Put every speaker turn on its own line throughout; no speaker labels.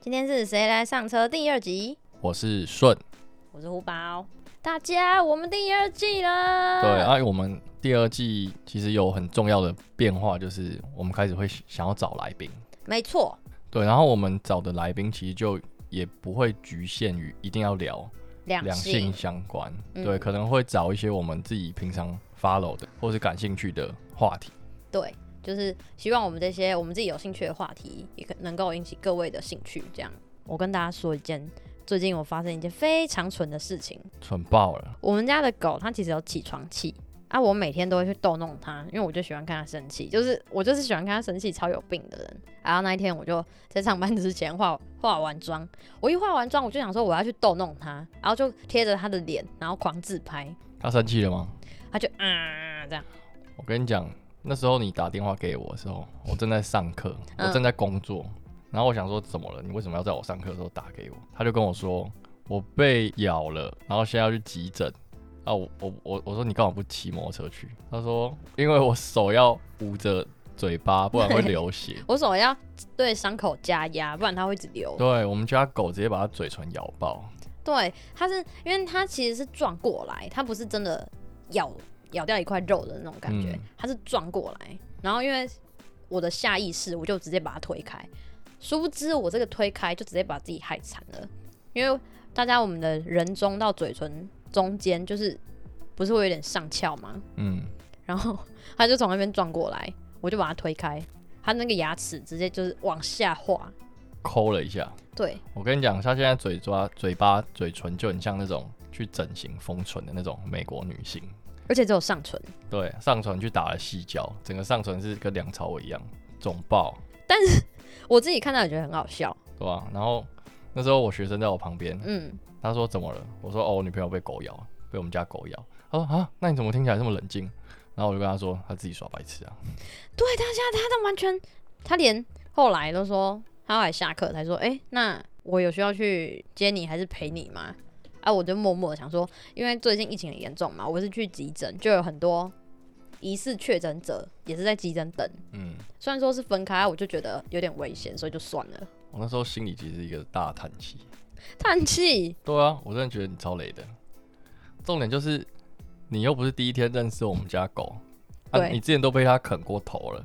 今天是谁来上车第二集，
我是顺，
我是胡宝。大家，我们第二季了。
对，啊，我们第二季其实有很重要的变化，就是我们开始会想要找来宾，
没错，
对，然后我们找的来宾其实就也不会局限于一定要聊
两
两性
性
相关，
嗯
对，可能会找一些我们自己平常 follow 的或是感兴趣的话题，
对，就是希望我们这些我们自己有兴趣的话题，也可能够引起各位的兴趣。这样，我跟大家说一件，最近我发生一件非常蠢的事情。
蠢爆了，
我们家的狗它其实有起床气啊，我每天都会去逗弄它，因为我就喜欢看它生气，就是我就是喜欢看它生气，超有病的人。然后那一天我就在上班之前 化化完妆，我一化完妆我就想说我要去逗弄它，然后就贴着它的脸，然后狂自拍，
他生气了吗？
它就啊这样，
我跟你讲，那时候你打电话给我的时候，我正在上课，
嗯。
我正在工作，然后我想说怎么了？你为什么要在我上课的时候打给我？他就跟我说我被咬了，然后现在要去急诊。啊，我我我我说你干嘛不骑摩托车去？他说因为我手要捂着嘴巴，不然会流血
我手要对伤口加压，不然它会一直流。
对我们家狗直接把它嘴唇咬爆，
对，它是因为它其实是撞过来，它不是真的咬咬掉一块肉的那种感觉
嗯，
它、是撞过来。然后因为我的下意识，我就直接把它推开，殊不知我这个推开就直接把自己害惨了。因为大家我们的人中到嘴唇中间就是不是会有点上翘吗？
嗯，
然后它就从那边撞过来，我就把它推开，它那个牙齿直接就是往下滑。
抠了一下。
对，
我跟你讲，他现在嘴抓、嘴巴、嘴唇就很像那种去整形丰唇的那种美国女星。
而且只有上唇。
对，上唇去打了细胶，整个上唇是跟梁朝伟一样肿爆，
我自己看到也觉得很好笑。
对吧、然后那时候我学生在我旁边，
嗯，
他说怎么了？我说哦，我女朋友被狗咬，被我们家狗咬。他说啊，那你怎么听起来这么冷静？然后我就跟他说，他自己耍白痴啊。
对他现在他都完全，他连后来都说，他后来下课才说，哎、那我有需要去接你还是陪你吗？啊，我就默默的想说，因为最近疫情很严重嘛，我是去急诊，就有很多疑似确诊者也是在急诊等。
嗯，
虽然说是分开，我就觉得有点危险，所以就算了。
我那时候心里其实是一个大叹气。
叹气，
对啊，我真的觉得你超雷的。重点就是你又不是第一天认识我们家狗，啊，
对
你之前都被它啃过头了。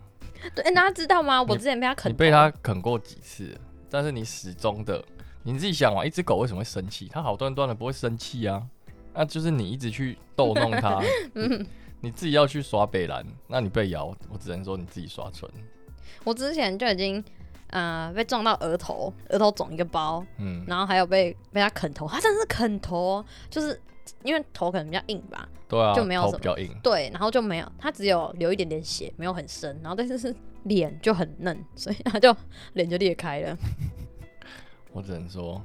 对，诶大家知道吗？我之前被他啃，
你被它，啃过几次了，但是你始终的，你自己想嘛，一只狗为什么会生气？它好端端的不会生气啊，那就是你一直去逗弄 它，
嗯，
你自己要去耍北兰，那你被咬，我只能说你自己耍蠢。
我之前就已经，呃，被撞到额头，额头肿一个包，
嗯，
然后还有被被他啃头，他真的是啃头哦，就是因为头可能比较硬吧，
对啊，
就没有
头
什么
比较硬，
对，然后就没有，他只有流一点点血，没有很深，然后但是是脸就很嫩，所以他就脸就裂开了。
我只能说，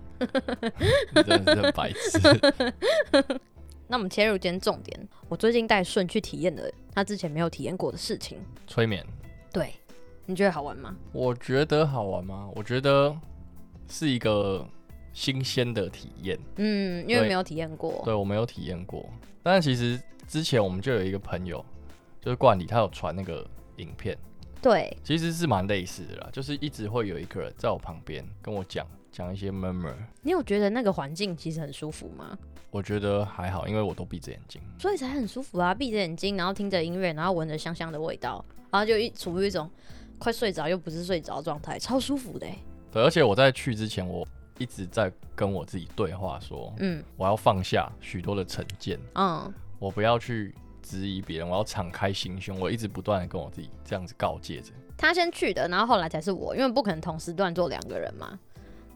你真的是很白痴。
那我们切入今天重点，我最近带顺去体验了他之前没有体验过的事情，
催眠，
对，你觉得好玩吗？
我觉得好玩吗？我觉得是一个新鲜的体验。
嗯，因为
对
没有体验过，
对我没有体验过，但是其实之前我们就有一个朋友，就是冠里，他有传那个影片，
对，
其实是蛮类似的啦，就是一直会有一个人在我旁边跟我讲讲一些 murmur，
你有觉得那个环境其实很舒服吗？
我觉得还好，因为我都闭着眼睛，
所以才很舒服啊！闭着眼睛，然后听着音乐，然后闻着香香的味道，然后就一处于一种快睡着又不是睡着的状态，超舒服的欸、
对，而且我在去之前，我一直在跟我自己对话说，
嗯
我要放下许多的成见，
嗯，
我不要去质疑别人，我要敞开心胸，我一直不断的跟我自己这样子告诫着，
他先去的，然后后来才是我，因为不可能同时段做两个人嘛。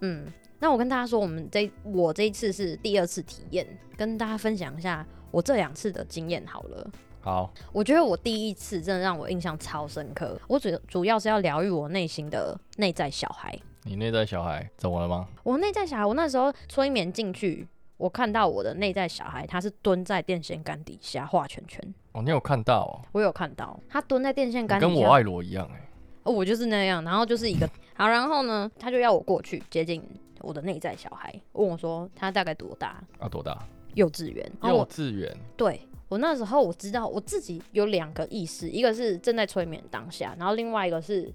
嗯，那我跟大家说，我们这我这一次是第二次体验，跟大家分享一下我这两次的经验好了。
好，
我觉得我第一次真的让我印象超深刻，我主主要是要疗愈我内心的内在小孩。
你内在小孩怎么了吗？
我内在小孩，我那时候催眠进去，我看到我的内在小孩，他是蹲在电线杆底下画圈圈。
哦，你有看到、哦，
我有看到他蹲在电线杆
你
底
跟
下，
我爱罗一样哎、
哦我就是那样，然后就是一个好，然后呢，他就要我过去接近我的内在小孩，问我说他大概多大，
啊，多大？
幼稚园。然后
幼
哦我
稚园，
对我那时候我知道我自己有两个意识，一个是正在催眠当下，然后另外一个是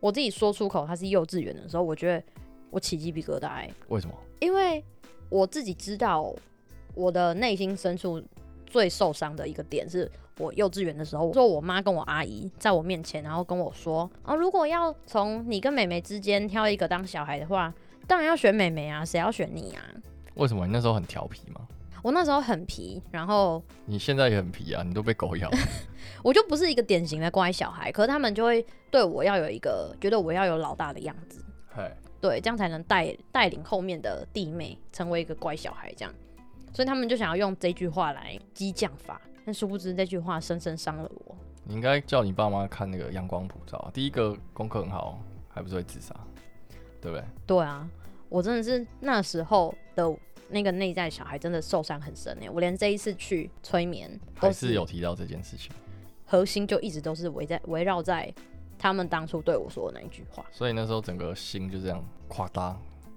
我自己说出口他是幼稚园的时候，我觉得我起鸡皮疙瘩、欸，
为什么？
因为我自己知道我的内心深处最受伤的一个点是。我幼稚园的时候，说我妈跟我阿姨在我面前，然后跟我说：“啊，如果要从你跟妹妹之间挑一个当小孩的话，当然要选妹妹啊，谁要选你啊
为什么你那时候很调皮吗？？”
我那时候很皮，然后
你现在也很皮啊，你都被 狗咬。
我就不是一个典型的乖小孩，可是他们就会对我要有一个觉得我要有老大的样子，
嗨，
对，这样才能带带领后面的弟妹成为一个乖小孩，这样，所以他们就想要用这句话来激将法，但殊不知这句话深深伤了我。
你应该叫你爸妈看那个《阳光普照》，啊第一个功课很好，还不是会自杀，对不对？
对啊，我真的是那时候的那个内在小孩真的受伤很深哎、我连这一次去催眠都
还是有提到这件事情，
核心就一直都是围在围绕在他们当初对我说的那一句话。
所以那时候整个心就这样夸嗒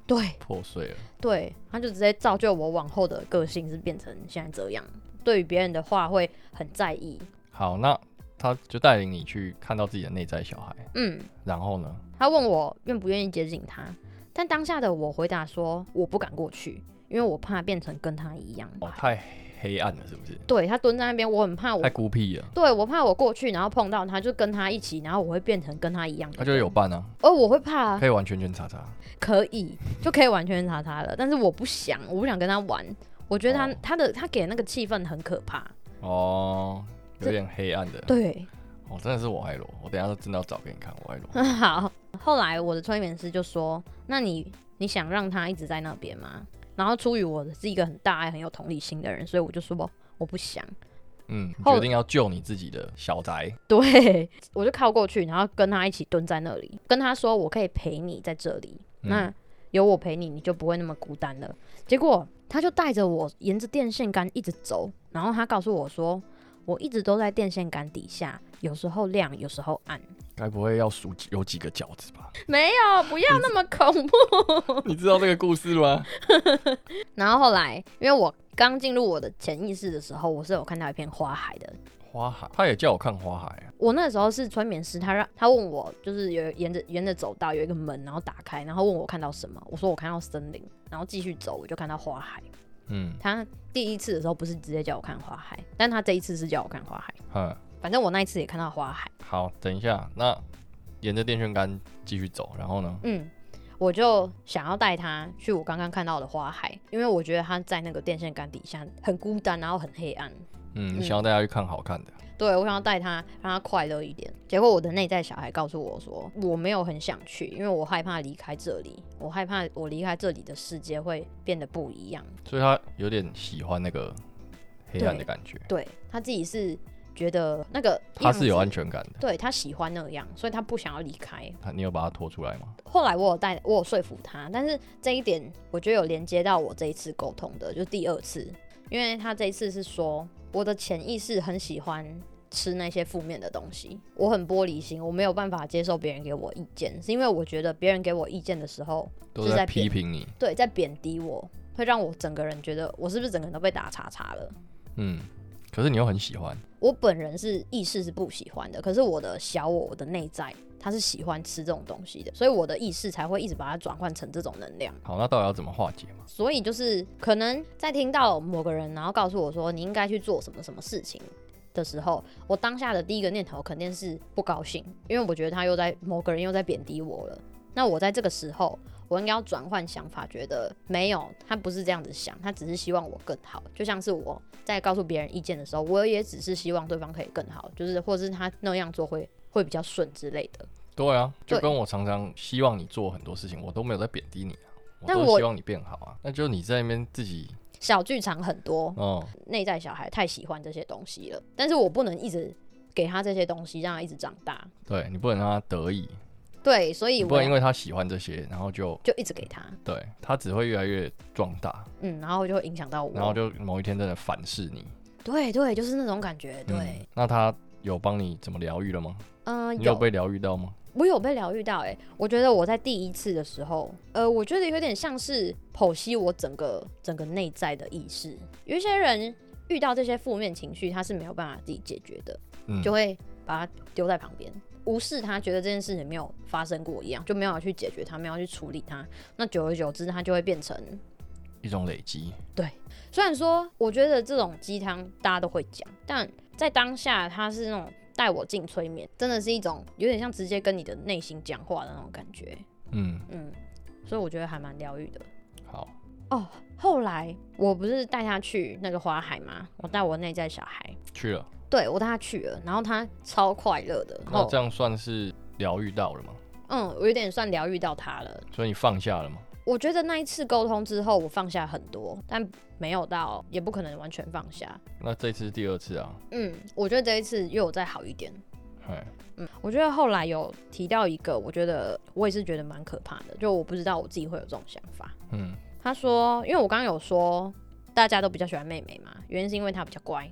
对
破碎了。
对，他就直接造就我往后的个性是变成现在这样，对于别人的话会很在意。
好，那他就带领你去看到自己的内在小孩，
嗯，
然后呢？
他问我愿不愿意接近他，但当下的我回答说我不敢过去，因为我怕变成跟他一样。
哦，太黑暗了，是不是？
对他蹲在那边，我很怕我
太孤僻了。
对，我怕我过去，然后碰到他，就跟他一起，然后我会变成跟他一样的。
他就有，伴啊，
哦，我会怕啊，
可以玩圈圈叉叉。
可以，就可以完全查他了。但是我不想，我不想跟他玩。我觉得他、
哦
他的他给的那个气氛很可怕。
哦，有点黑暗的。
对，
哦，真的是我爱罗，我等一下真的要找给你看我爱罗。
好。后来我的催眠师就说：“那你你想让他一直在那边吗？”然后出于我是一个很大爱、很有同理心的人，所以我就说我不想。
嗯，你
后
决定要救你自己的小宅。
对，我就靠过去，然后跟他一起蹲在那里，跟他说我可以陪你在这里，
嗯
那有我陪你，你就不会那么孤单了。结果他就带着我沿着电线杆一直走，然后他告诉我说，我一直都在电线杆底下，有时候亮，有时候暗。
该不会要数几有几个饺子吧？
没有，不要那么恐怖。
你知道这个故事吗？
然后后来，因为我刚进入我的潜意识的时候，我是有看到一片花海的，
花海，他也叫我看花海啊。
我那时候是催眠师，他让他问我，就是有沿着沿着走道有一个门，然后打开，然后问我看到什么，我说我看到森林，然后继续走，我就看到花海。
嗯，
他第一次的时候不是直接叫我看花海，但他这一次是叫我看花海。
嗯，
反正我那一次也看到花海，
好，等一下，那沿着电线杆继续走，然后呢？
嗯，我就想要带他去我刚刚看到的花海，因为我觉得他在那个电线杆底下很孤单，然后很黑暗。
嗯，
嗯
你想要大家去看好看的，
对我想要带他，让他快乐一点。结果我的内在小孩告诉我说，我没有很想去，因为我害怕离开这里，我害怕我离开这里的世界会变得不一样。
所以他有点喜欢那个黑暗的感觉，
对他自己是觉得那个
他是有
样
安
子，
全感的。
对他喜欢那样，所以他不想要离开。
他，你有把他拖出来吗？
后来我有带，我有说服他，但是这一点我觉得有连接到我这一次沟通的，就是第二次，因为他这一次是说我的潜意识很喜欢吃那些负面的东西，我很玻璃心，我没有办法接受别人给我意见，是因为我觉得别人给我意见的时候，
都
是
在
在
批评你。
对，在贬低我，会让我整个人觉得我是不是整个人都被打叉叉了。
嗯，可是你又很喜欢。
我本人是意识是不喜欢的，可是我的小我，我的内在，他是喜欢吃这种东西的，所以我的意识才会一直把它转换成这种能量。
好，那到底要怎么化解嘛？
所以就是可能在听到某个人然后告诉我说你应该去做什么什么事情的时候，我当下的第一个念头肯定是不高兴，因为我觉得他又在某个人又在贬低我了。那我在这个时候，我应该要转换想法，觉得没有，他不是这样子想，他只是希望我更好。就像是我在告诉别人意见的时候，我也只是希望对方可以更好，就是或是他那样做会会比较顺之类的。
对啊，就
对
跟我常常希望你做很多事情，我都没有在贬低你啊，我
但
都
我
希望你变好啊。那就你在那边自己，
小剧场很多，
哦，
内在小孩太喜欢这些东西了，但是我不能一直给他这些东西，让他一直长大。
对你不能让他得意，
对，所以
你不
我
能因为他喜欢这些，然后就
就一直给他，
对他只会越来越壮大，
嗯，然后就会影响到我。
然后就某一天真的反噬你。
对对，就是那种感觉。
嗯
对，
那他有帮你怎么疗愈了吗？
嗯、
你有
有
被疗愈到吗？
我有被疗愈到、欸，我觉得我在第一次的时候，呃，我觉得有点像是剖析我整个整个内在的意识。有一些人遇到这些负面情绪，他是没有办法自己解决的，
嗯
就，会把它丢在旁边。无视他，觉得这件事情没有发生过一样，就没有去解决它，没有去处理它。那久而久之，它就会变成
一种累积。
虽然说我觉得这种鸡汤大家都会讲，但在当下它是那种带我进催眠，真的是一种有点像直接跟你的内心讲话的那种感觉。
嗯，
嗯，所以我觉得还蛮疗愈的。
好，
哦，后来我不是带他去那个花海吗？我带我内在小孩，
去了。
对我带他去了，然后他超快乐的，然
那
后
这样算是疗愈到了吗？
嗯，我有点算疗愈到他了。
所以你放下了吗？
我觉得那一次沟通之后，我放下很多，但没有到，也不可能完全放下。
那这次是第二次啊，
嗯，我觉得这一次又有再好一点。
哎，
嗯，我觉得后来有提到一个，我觉得我也是觉得蛮可怕的，就我不知道我自己会有这种想法。
嗯，
他说，因为我刚刚有说大家都比较喜欢妹妹嘛，原因是因为她比较乖。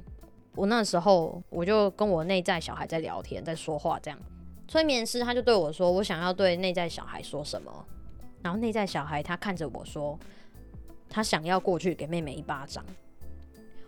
我那时候我就跟我内在小孩在聊天，在说话这样。催眠师他就对我说，我想要对内在小孩说什么，然后内在小孩他看着我说，他想要过去给妹妹一巴掌。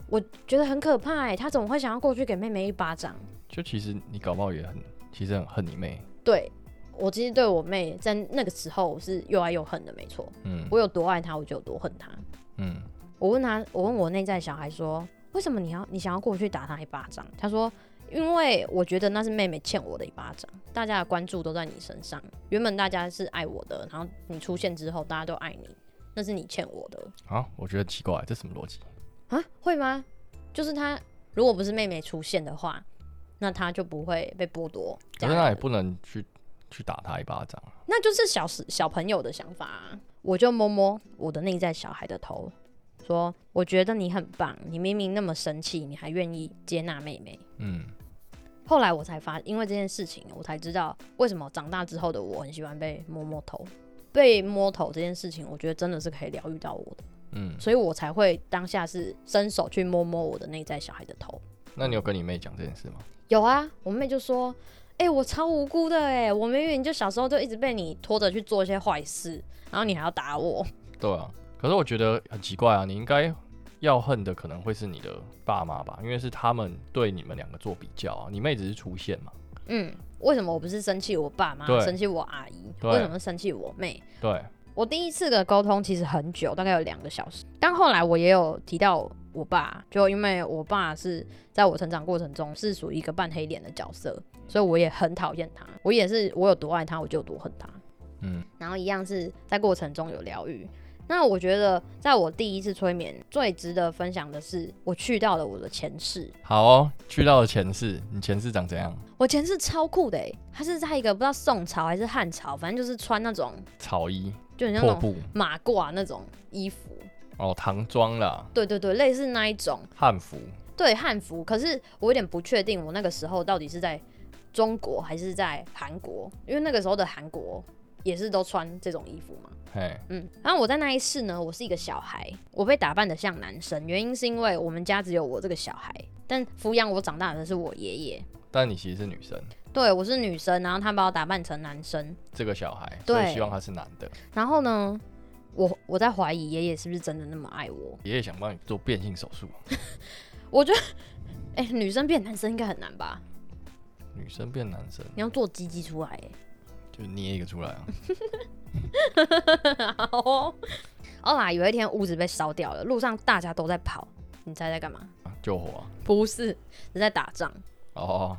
我觉得很可怕哎、他怎么会想要过去给妹妹一巴掌？
就其实你搞不好也很，其实很恨你妹，
对我其实对我妹在那个时候我是又爱又恨的，没错。
嗯
我有多爱她，我就有多恨她。
嗯，
我问他，我问我内在小孩说，为什么你要你想要过去打他一巴掌？他说，因为我觉得那是妹妹欠我的一巴掌，大家的关注都在你身上。原本大家是爱我的，然后你出现之后，大家都爱你，那是你欠我的
啊，我觉得很奇怪，这什么逻辑？
啊？会吗？就是他如果不是妹妹出现的话，那他就不会被剥夺
可
家
是
人。
那也不能去去打他一巴掌啊，
那就是小时小朋友的想法、啊。我就摸摸我的内在小孩的头，说：“我觉得你很棒，你明明那么生气，你还愿意接纳妹妹。”
嗯，
后来我才发，因为这件事情，我才知道为什么长大之后的我很喜欢被摸摸头。被摸头这件事情，我觉得真的是可以疗愈到我的，
嗯，
所以我才会当下是伸手去摸摸我的内在小孩的头。
那你有跟你妹讲这件事吗？
有啊，我妹就说：“哎、我超无辜的哎、我明明就小时候就一直被你拖着去做一些坏事，然后你还要打我。
对啊，可是我觉得很奇怪啊，你应该要恨的可能会是你的爸妈吧，因为是他们对你们两个做比较啊，你妹只是出现嘛，”
嗯，为什么我不是生气我爸妈，
对
生气我阿姨，
对
为什么生气我妹？
对，
我第一次的沟通其实很久，大概有两个小时。但后来我也有提到我爸，就因为我爸是在我成长过程中是属于一个半黑脸的角色，所以我也很讨厌他。我也是我有多爱他，我就有多恨他。
嗯，
然后一样是在过程中有疗愈。那我觉得，在我第一次催眠最值得分享的是，我去到了我的前世。
好哦，去到了前世， 你前世长怎样？
我前世超酷的、欸，他是在一个不知道宋朝还是汉朝，反正就是穿那种
草衣
就很像那
破
种
布
马褂那种衣服，
哦，唐装啦，
对对对，类似那一种
汉服，
对汉服。可是我有点不确定，我那个时候到底是在中国还是在韩国，因为那个时候的韩国也是都穿这种衣服嘛。
嘿，
嗯，然后我在那一世呢，我是一个小孩，我被打扮的像男生，原因是因为我们家只有我这个小孩，但抚养我长大的是我爷爷。
但你其实是女生，
对，我是女生，然后他把我打扮成男生，
这个小孩，
对
所以希望他是男的。
然后呢，我我在怀疑爷爷是不是真的那么爱我？
爷爷想帮你做变性手术，
我觉得，哎、女生变男生应该很难吧？
女生变男生
你要做鸡鸡出来、 哎
就捏一个出来啊。
好哦。后来有一天屋子被烧掉了，路上大家都在跑，你猜在干嘛？
啊救火啊！
不是，是在打仗。
哦，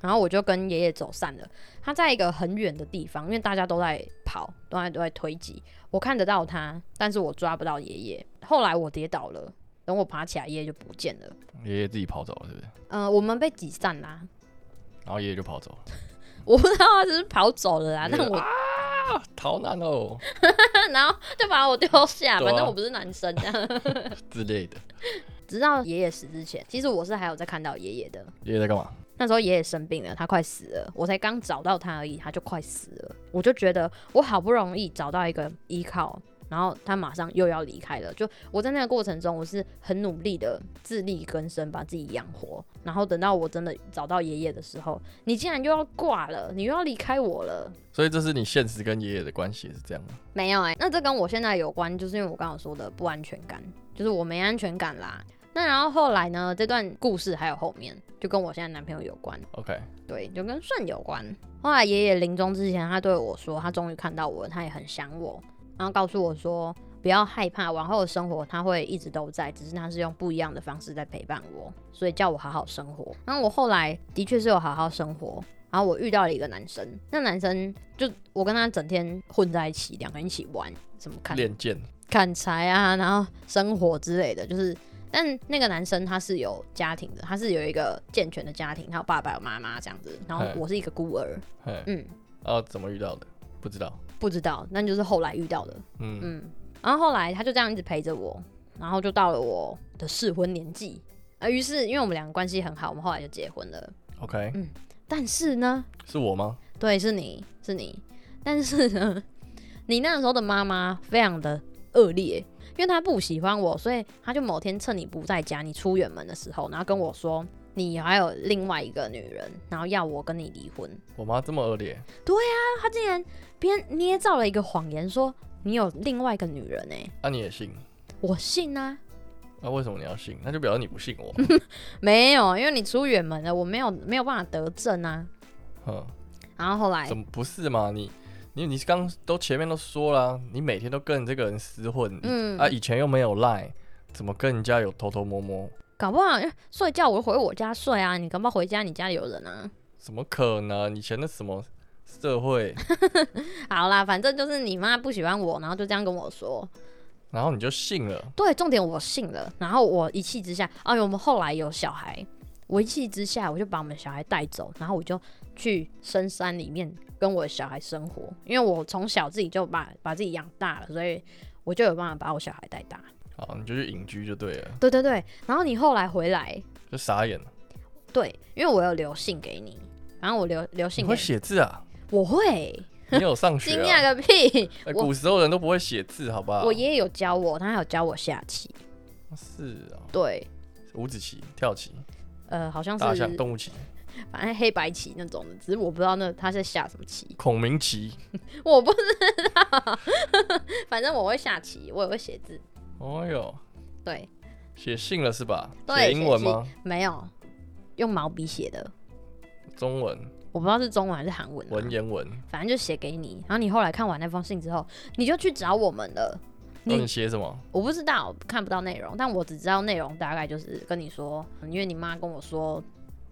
然后我就跟爷爷走散了。他在一个很远的地方，因为大家都在跑，都在都在推挤，我看得到他，但是我抓不到爷爷。后来我跌倒了，等我爬起来，爷爷就不见了。
爷爷自己跑走了，是不是？
嗯、我们被挤散啦，
然后爷爷就跑走了，
我不知道他是不是跑走了啦，
爷爷啊
但啊我、
逃难哦
然后就把我丢下，
对啊
反正我不是男生这样。
之类的。
直到爷爷死之前，其实我是还有在看到爷爷的。
爷爷在干嘛？
那时候爷爷生病了，他快死了，我才刚找到他而已，他就快死了。我就觉得我好不容易找到一个依靠，然后他马上又要离开了。就我在那个过程中，我是很努力的自力更生，把自己养活。然后等到我真的找到爷爷的时候，你竟然又要挂了，你又要离开我了。
所以这是你现实跟爷爷的关系是这样吗？
没有哎、那这跟我现在有关，就是因为我刚刚有说的不安全感，就是我没安全感啦。那然后后来呢？这段故事还有后面，就跟我现在男朋友有关。
OK，
对，就跟肾有关。后来爷爷临终之前，他对我说，他终于看到我了，他也很想我，然后告诉我说，不要害怕，往后的生活他会一直都在，只是他是用不一样的方式在陪伴我，所以叫我好好生活。然后我后来的确是有好好生活，然后我遇到了一个男生，那男生就我跟他整天混在一起，两个人一起玩，什么看
练剑，
砍柴啊，然后生活之类的，就是。但那个男生他是有家庭的，他是有一个健全的家庭，他有爸爸有妈妈这样子。然后
嘿
我是一个孤儿，
嘿，
嗯，
啊，怎么遇到的？不知道，
不知道，那就是后来遇到的，
嗯，
嗯。然后后来他就这样一直陪着我，然后就到了我的适婚年纪啊。于是因为我们两个关系很好，我们后来就结婚了。
OK，
但是呢，
是我吗？
对，是你是你，但是呢，你那时候的妈妈非常的恶劣，因为她不喜欢我，所以她就某天趁你不在家，你出远门的时候，然后跟我说你还有另外一个女人，然后要我跟你离婚。
我妈这么恶劣，
他竟然编捏造了一个谎言，说你有另外一个女人哎、
那、啊你也信？
我信啊，
那、为什么你要信？那就表示你不信我。
没有，因为你出远门了，我没有没有办法得证啊。
嗯，
然后后来
怎么不是嘛？你你你刚都前面都说了，啊你每天都跟这个人厮混，
嗯
啊，以前又没有赖，怎么跟人家有偷偷摸摸？
搞不好因为睡觉我就回我家睡啊，你搞不好回家你家里有人啊。
怎么可能？以前的什么 社会，
好啦，反正就是你妈不喜欢我，然后就这样跟我说。
然后你就信了，
对，重点我信了，然后我一气之下，哎呦，我们后来有小孩，我一气之下我就把我们小孩带走，然后我就去深山里面跟我的小孩生活，因为我从小自己就把把自己养大了，所以我就有办法把我小孩带大。
好，你就去隐居就对了，
对对对，然后你后来回来，
就傻眼了。
对，因为我有留信给你，然后我留留
你
信给
会
你，
写字啊？
我会
你有上学
惊讶
啊？
个屁，
哎
我
古时候人都不会写字，好不好？
我爷爷有教我，他还有教我下棋，
是啊，
对，
五子棋、跳棋、
呃，好像
大
是
象、动物棋、
反正黑白棋那种的，只是我不知道那他在下什么棋，
孔明棋。
我不知道。 反正我会下棋，我也会写字。
哦哟，
对，
写信了是吧？
对
写英文吗？
没有用毛笔写的，
中文、
我不知道是中文还是韩文、啊，
文言文。
反正就写给你。然后你后来看完那封信之后，你就去找我们了。
那
你
你写什么？
我不知道看不到内容，但我只知道内容大概就是跟你说，嗯因为你妈跟我说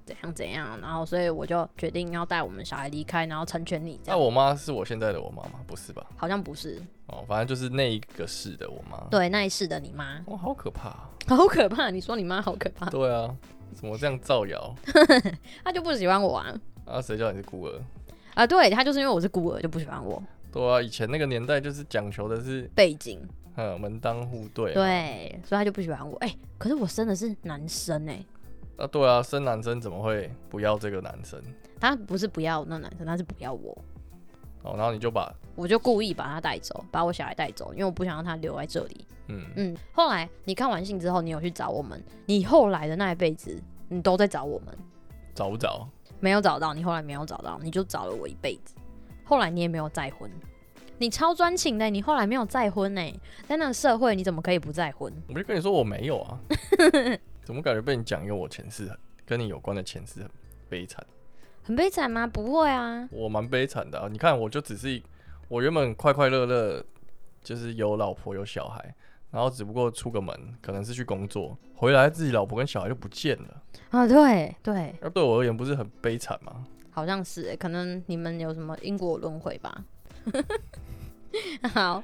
怎样怎样，然后所以我就决定要带我们小孩离开，然后成全你这
那
样。
我妈是我现在的我妈吗？不是吧？
好像不是
哦，反正就是那一个市的我妈。
对那一世的你妈，
哇，好可怕啊、
好可怕！你说你妈好可怕，
对啊，怎么这样造谣？
她就不喜欢我啊。
啊，谁叫你是孤儿？
啊，对他就是因为我是孤儿就不喜欢我
对啊，以前那个年代就是讲求的是，
背景，
呃，门当户对、啊。
对，所以他就不喜欢我。哎、可是我生的是男生哎、
啊，对啊，生男生怎么会不要这个男生？
他不是不要那男生，他是不要我，
哦，然后你就把，
我就故意把他带走，把我小孩带走，因为我不想让他留在这里。
嗯，
嗯，后来你看完信之后，你有去找我们，你后来的那一辈子，你都在找我们，
找不着，
没有找到，你后来没有找到，你就找了我一辈子。后来你也没有再婚，你超专情的，你后来没有再婚呢、欸在那个社会你怎么可以不再婚？
我就跟你说我没有 啊，怎么感觉被你讲一个我前世很跟你有关的前世很悲惨？
很悲惨吗？不会啊，
我蛮悲惨的啊！你看，我就只是我原本快快乐乐，就是有老婆有小孩，然后只不过出个门，可能是去工作，回来自己老婆跟小孩就不见了，
啊，对对，
那对我而言不是很悲惨吗？
好像是欸，可能你们有什么因果轮回吧。 好，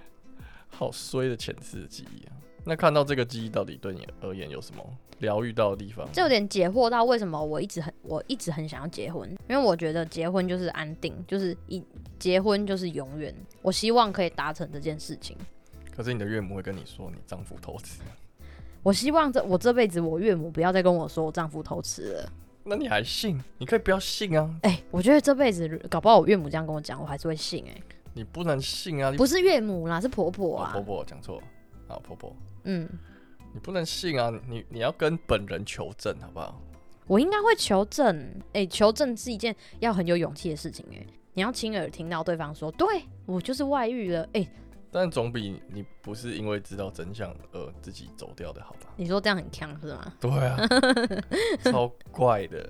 好衰的前世记忆啊！那看到这个记忆，到底对你而言有什么疗愈到的地方吗？
这有点解惑到为什么我一直很我一直很想要结婚，因为我觉得结婚就是安定，就是一结婚就是永远。我希望可以达成这件事情，
可是你的岳母会跟你说你丈夫偷吃，
我希望这我这辈子我岳母不要再跟我说我丈夫偷吃了。
那你还信？你可以不要信啊，
哎、我觉得这辈子搞不好我岳母这样跟我讲，我还是会信、欸。哎，
你不能信啊！你
不是岳母啦，是婆婆
啊
啊。
婆婆讲错啊，婆婆，
嗯，
你不能信啊！你你要跟本人求证好不好？
我应该会求证，哎、求证是一件要很有勇气的事情、哎，你要亲耳听到对方说，对我就是外遇了，哎、
但总比你不是因为知道真相而自己走掉的好吧？
你说这样很 强是吗？
对啊，超怪的。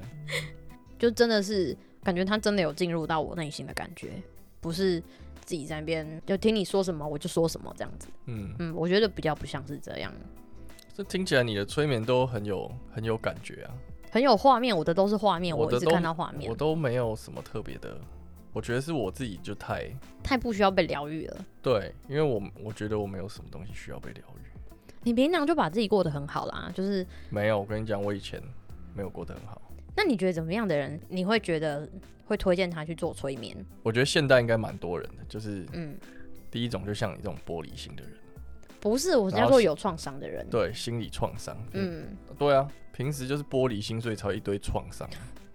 就真的是感觉他真的有进入到我内心的感觉，不是自己在那边就听你说什么我就说什么这样子。
嗯，
嗯，我觉得比较不像是这样，
这听起来你的催眠都很有很有感觉啊。
很有画面，我的都是画面，
我
我
的
一直
都
看到画面
我，都没有什么特别的，我觉得是我自己就太
太不需要被疗愈了。
对，因为我我觉得我没有什么东西需要被疗愈。
你平常就把自己过得很好啦，就是
没有，我跟你讲，我以前没有过得很好。
那你觉得怎么样的人，你会觉得会推荐他去做催眠？
我觉得现代应该蛮多人的，就是
嗯，
第一种就像你这种玻璃心的人，
不是，我是
然
要
后
说
是
有创伤的人。
对心理创伤。嗯，
嗯，
对啊，平时就是玻璃心，所以才有一堆创伤，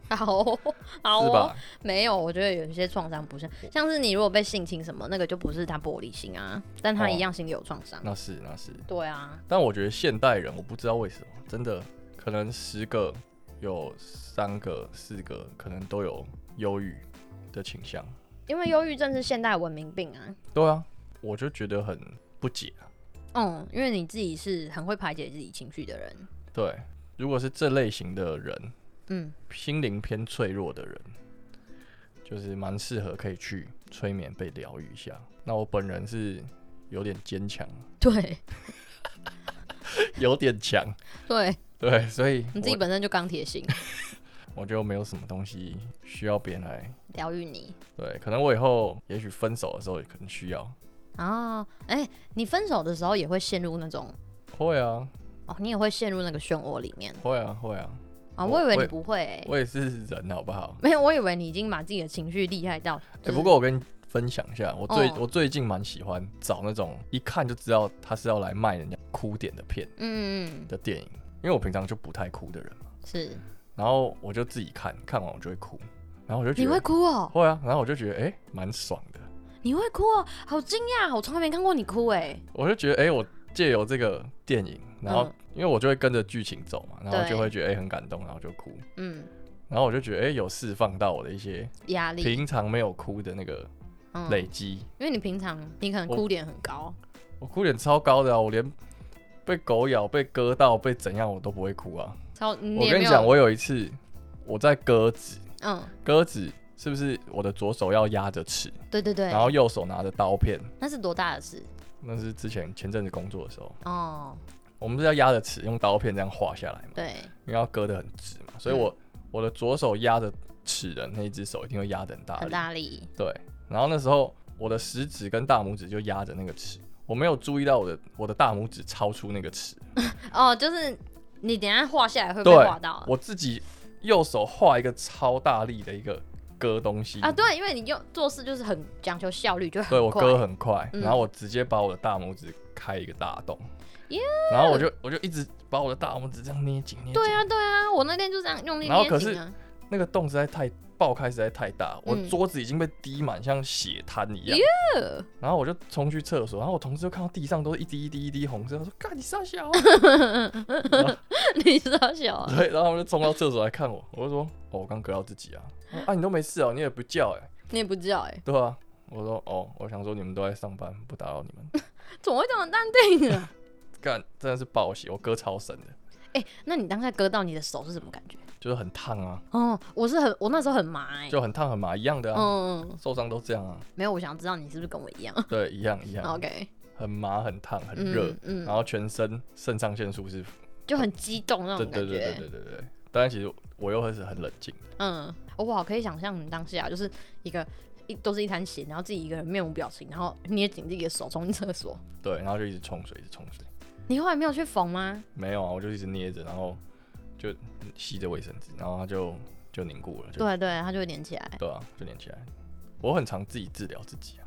是
好 哦、好、哦，
嗯吧？
没有，我觉得有一些创伤不是，像是你如果被性侵什么，那个就不是他玻璃心啊，但他
哦
一样心里有创伤。
那是那是，
对啊，
但我觉得现代人，我不知道为什么，真的可能十个有三个、四个可能都有忧郁的倾向。
因为忧郁症是现代文明病啊。
对啊，我就觉得很不解啊。
嗯，因为你自己是很会排解自己情绪的人。
对，如果是这类型的人，
嗯，
心灵偏脆弱的人，就是蛮适合可以去催眠被疗愈一下。那我本人是有点坚强，
对
有点强，
对，
对，所以
你自己
我
本身就钢铁 心，
我就没有什么东西需要别人来。
疗愈你。
对，可能我以后也许分手的时候也可能需要。
哦，哎、你分手的时候也会陷入那种
会啊，
哦，你也会陷入那个漩涡里面
会啊，会啊，
啊、
我
我以为
我
你
也
不会、欸，
我也是人，好不好？
没有，我以为你已经把自己的情绪厉害到。
哎、
就是
不过我跟你分享一下，我最、
哦
我最近蛮喜欢找那种一看就知道他是要来卖人家哭点的片
嗯，嗯嗯，
的电影，因为我平常就不太哭的人嘛，
是
然后我就自己看看完我就会哭，然后我就觉
你
得
会哭哦、
会啊，然后我就觉得哎蛮、爽的，
你会哭哦、好惊讶，我从来没看过你哭哎、
我就觉得哎、我借由这个电影，然后、
嗯
因为我就会跟着剧情走嘛，然后
对
就会觉得哎、很感动，然后就哭，
嗯，
然后我就觉得哎、有释放到我的一些
压力，
平常没有哭的那个
嗯，
累积。
因为你平常你可能
我
哭点很高，
我哭点超高的啊！我连被狗咬、被割到、被怎样，我都不会哭啊！
超你
我
也
跟
没
你讲，
有，
我有一次我在割纸，
嗯，
割纸是不是我的左手要压着尺，
对对对
然，后右手拿着刀片？
那是多大的事
那是之前前阵子工作的时候，
哦，
我们是要压着尺，用刀片这样画下来嘛，
对，
因为要割得很直嘛，所以
嗯
我、我的左手压着尺的那一只手一定会压得很大
很
力。
大力，
对，然后那时候我的食指跟大拇指就压着那个尺，我没有注意到我的我的大拇指超出那个尺。
哦，就是你等一下画下来会被
对
画到啊
我自己右手画一个超大力的一个割东西
啊，，对，因为你用做事就是很讲求效率，就
对
很
我
快，
割很快，
嗯
然后我直接把我的大拇指开一个大洞
耶，
然后我就我就一直把我的大拇指这样捏紧捏紧，
对啊对啊，我那天就这样用力
然后
捏
可
紧
是
啊，
那个洞实在太爆开实在太大，我
嗯
桌子已经被滴满像血滩一样，
呃
然后我就冲去厕所，然后我同事就看到地上都是一滴一滴一滴红色，他说：“干你傻小啊、
你知道小啊，
对，然后他们就冲到厕所来看我，我就说：“哦，我刚割到自己啊。”他说啊，你都没事哦，你也不叫哎、
你也不知道哎、
对啊，我说哦，我想说你们都在上班，不打扰你们。
怎么会这么淡定啊？
干，真的是报喜，我割超神的，
哎、那你当下割到你的手是什么感觉？
就是很烫啊，
哦，我是很，我那时候很麻哎、
就很烫很麻一样的啊，
嗯，
受伤都这样啊，
没有，我想知道你是不是跟我一样。
对，一样一样，
哦 OK，
很麻很烫很
嗯
热，
嗯，
然后全身肾上腺素是，
就很激动那
对
种感
对
觉。
对对对对对，当然其实我又是很冷静，
嗯，我好可以想象你当下就是一个一都是一滩血，然后自己一个人面无表情，然后捏紧自己的手冲进厕所。
对，然后就一直冲水，一直冲水，
你后来没有去缝吗？
没有啊，我就一直捏着，然后就吸着卫生纸，然后它就就凝固了，就
对对，它就会连起来。
对啊，就粘起来。我很常自己治疗自己啊，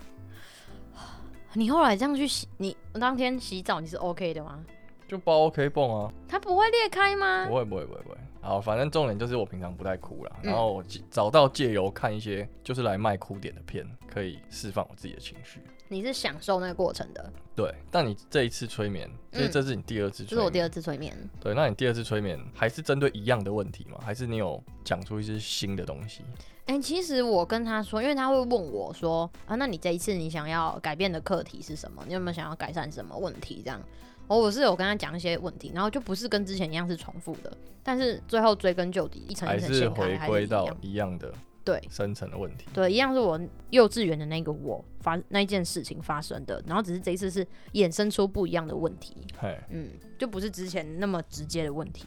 你后来这样去洗，你当天洗澡你是 OK 的吗？
就包 OK 泵啊。
它不会裂开吗
不？会不会不会不会。好，反正重点就是我平常不太哭啦，
嗯
然后我借找到借由看一些就是来卖哭点的片，可以释放我自己的情绪。
你是享受那个过程的，
对，但你这一次催眠，这是
嗯
这是你第二次
这是我
催
第
眠，
二次催眠。
对，那你第二次催眠还是针对一样的问题吗？还是你有讲出一些新的东西？
哎、其实我跟他说，因为他会问我说啊，那你这一次你想要改变的课题是什么？你有没有想要改善什么问题？这样，哦，我是有跟他讲一些问题，然后就不是跟之前一样是重复的，但是最后追根究底，一层一
还
层
是
掀开
回
还是
归
一样
到。一样的
对
深层的问题。
对，一样是我幼稚园的那个我发那一件事情发生的，然后只是这一次是衍生出不一样的问题，
嘿，
嗯，就不是之前那么直接的问题。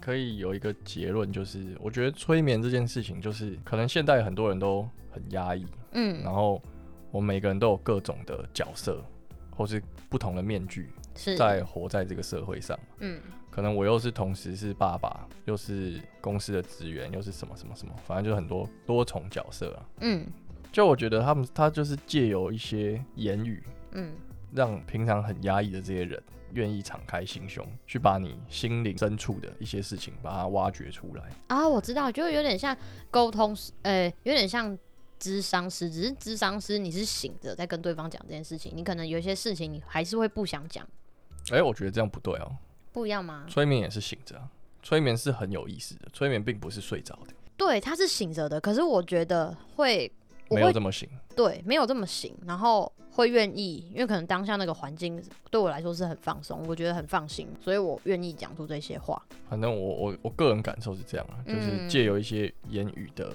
可以有一个结论，就是我觉得催眠这件事情，就是可能现代很多人都很压抑，
嗯，
然后我们每个人都有各种的角色，或是不同的面具，
是，
在哦活在这个社会上。
嗯
可能我又是同时是爸爸，又是公司的职员，又是什么什么什么，反正就是很多多重角色啊。
嗯
就我觉得他们他就是借由一些言语，
嗯，
让平常很压抑的这些人愿意敞开心胸，去把你心灵深处的一些事情把它挖掘出来。
啊，我知道，就有点像沟通师，呃，有点像智商师，只是智商师你是醒着在跟对方讲这件事情，你可能有一些事情你还是会不想讲，
哎、我觉得这样不对哦、
不一样吗？
催眠也是醒着啊、催眠是很有意思的，催眠并不是睡着的，
对，他是醒着的，可是我觉得会，我
没有
会
这么醒。
对没有这么醒，然后会愿意，因为可能当下那个环境对我来说是很放松，我觉得很放心，所以我愿意讲出这些话。
反正我我我个人感受是这样啊，就是
嗯
借由一些言语的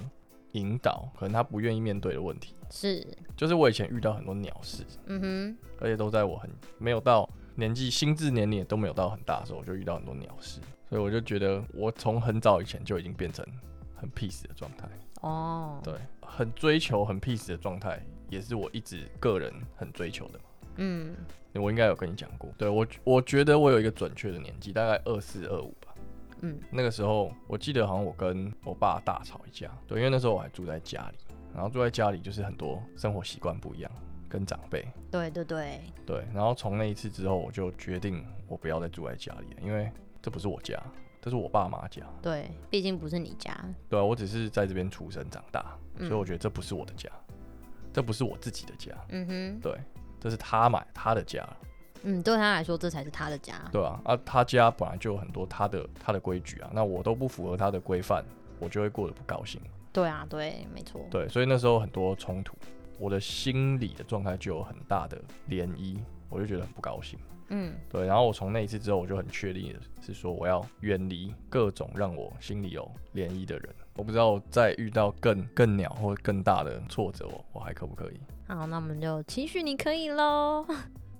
引导，可能他不愿意面对的问题。
是，
就是我以前遇到很多鸟事，
嗯
而且都在我很没有到年纪心智年龄也都没有到很大的时候，我就遇到很多鸟事，所以我就觉得我从很早以前就已经变成很 peace 的状态，
哼，哦，
对，很追求很 peace 的状态，也是我一直个人很追求的嘛。
嗯，
我应该有跟你讲过，对我我觉得我有一个准确的年纪，大概二四二五吧。
嗯，
那个时候我记得好像我跟我爸大吵一架，对，因为那时候我还住在家里，然后住在家里就是很多生活习惯不一样，跟长辈，
对对对，
对，然后从那一次之后，我就决定我不要再住在家里了，因为这不是我家，这是我爸妈家。
对，毕竟不是你家，
对啊，我只是在这边出生长大，所
嗯
以我觉得这不是我的家，这不是我自己的家，
嗯哼，
对，这是他买他的家，
嗯，对他来说这才是他的家，
对啊，啊，他家本来就有很多他的他的规矩啊，那我都不符合他的规范，我就会过得不高兴。
对啊，对，没错，
对，所以那时候很多冲突，我的心理的状态就有很大的涟漪，我就觉得很不高兴。
嗯
对，然后我从那一次之后，我就很确定的是说，我要远离各种让我心里有涟漪的人。我不知道再遇到更更鸟或更大的挫折我，我还可不可以？
好，那我们就期许你可以喽。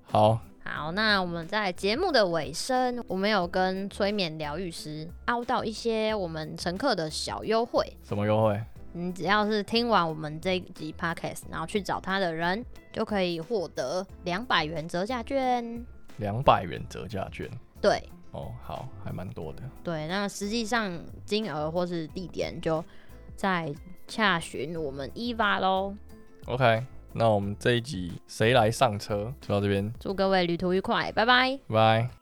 好，
好，那我们在节目的尾声，我们有跟催眠疗愈师凹到一些我们乘客的小优惠。
什么优惠？
你只要是听完我们这一集 podcast，然后去找他的人，就可以获得两百元折价券。
两百元折价券
对
哦，好，还蛮多的。
对，那实际上金额或是地点就在洽询我们伊娃喽。
OK，那我们这一集谁来上车就到这边，
祝各位旅途愉快，拜拜。
拜拜。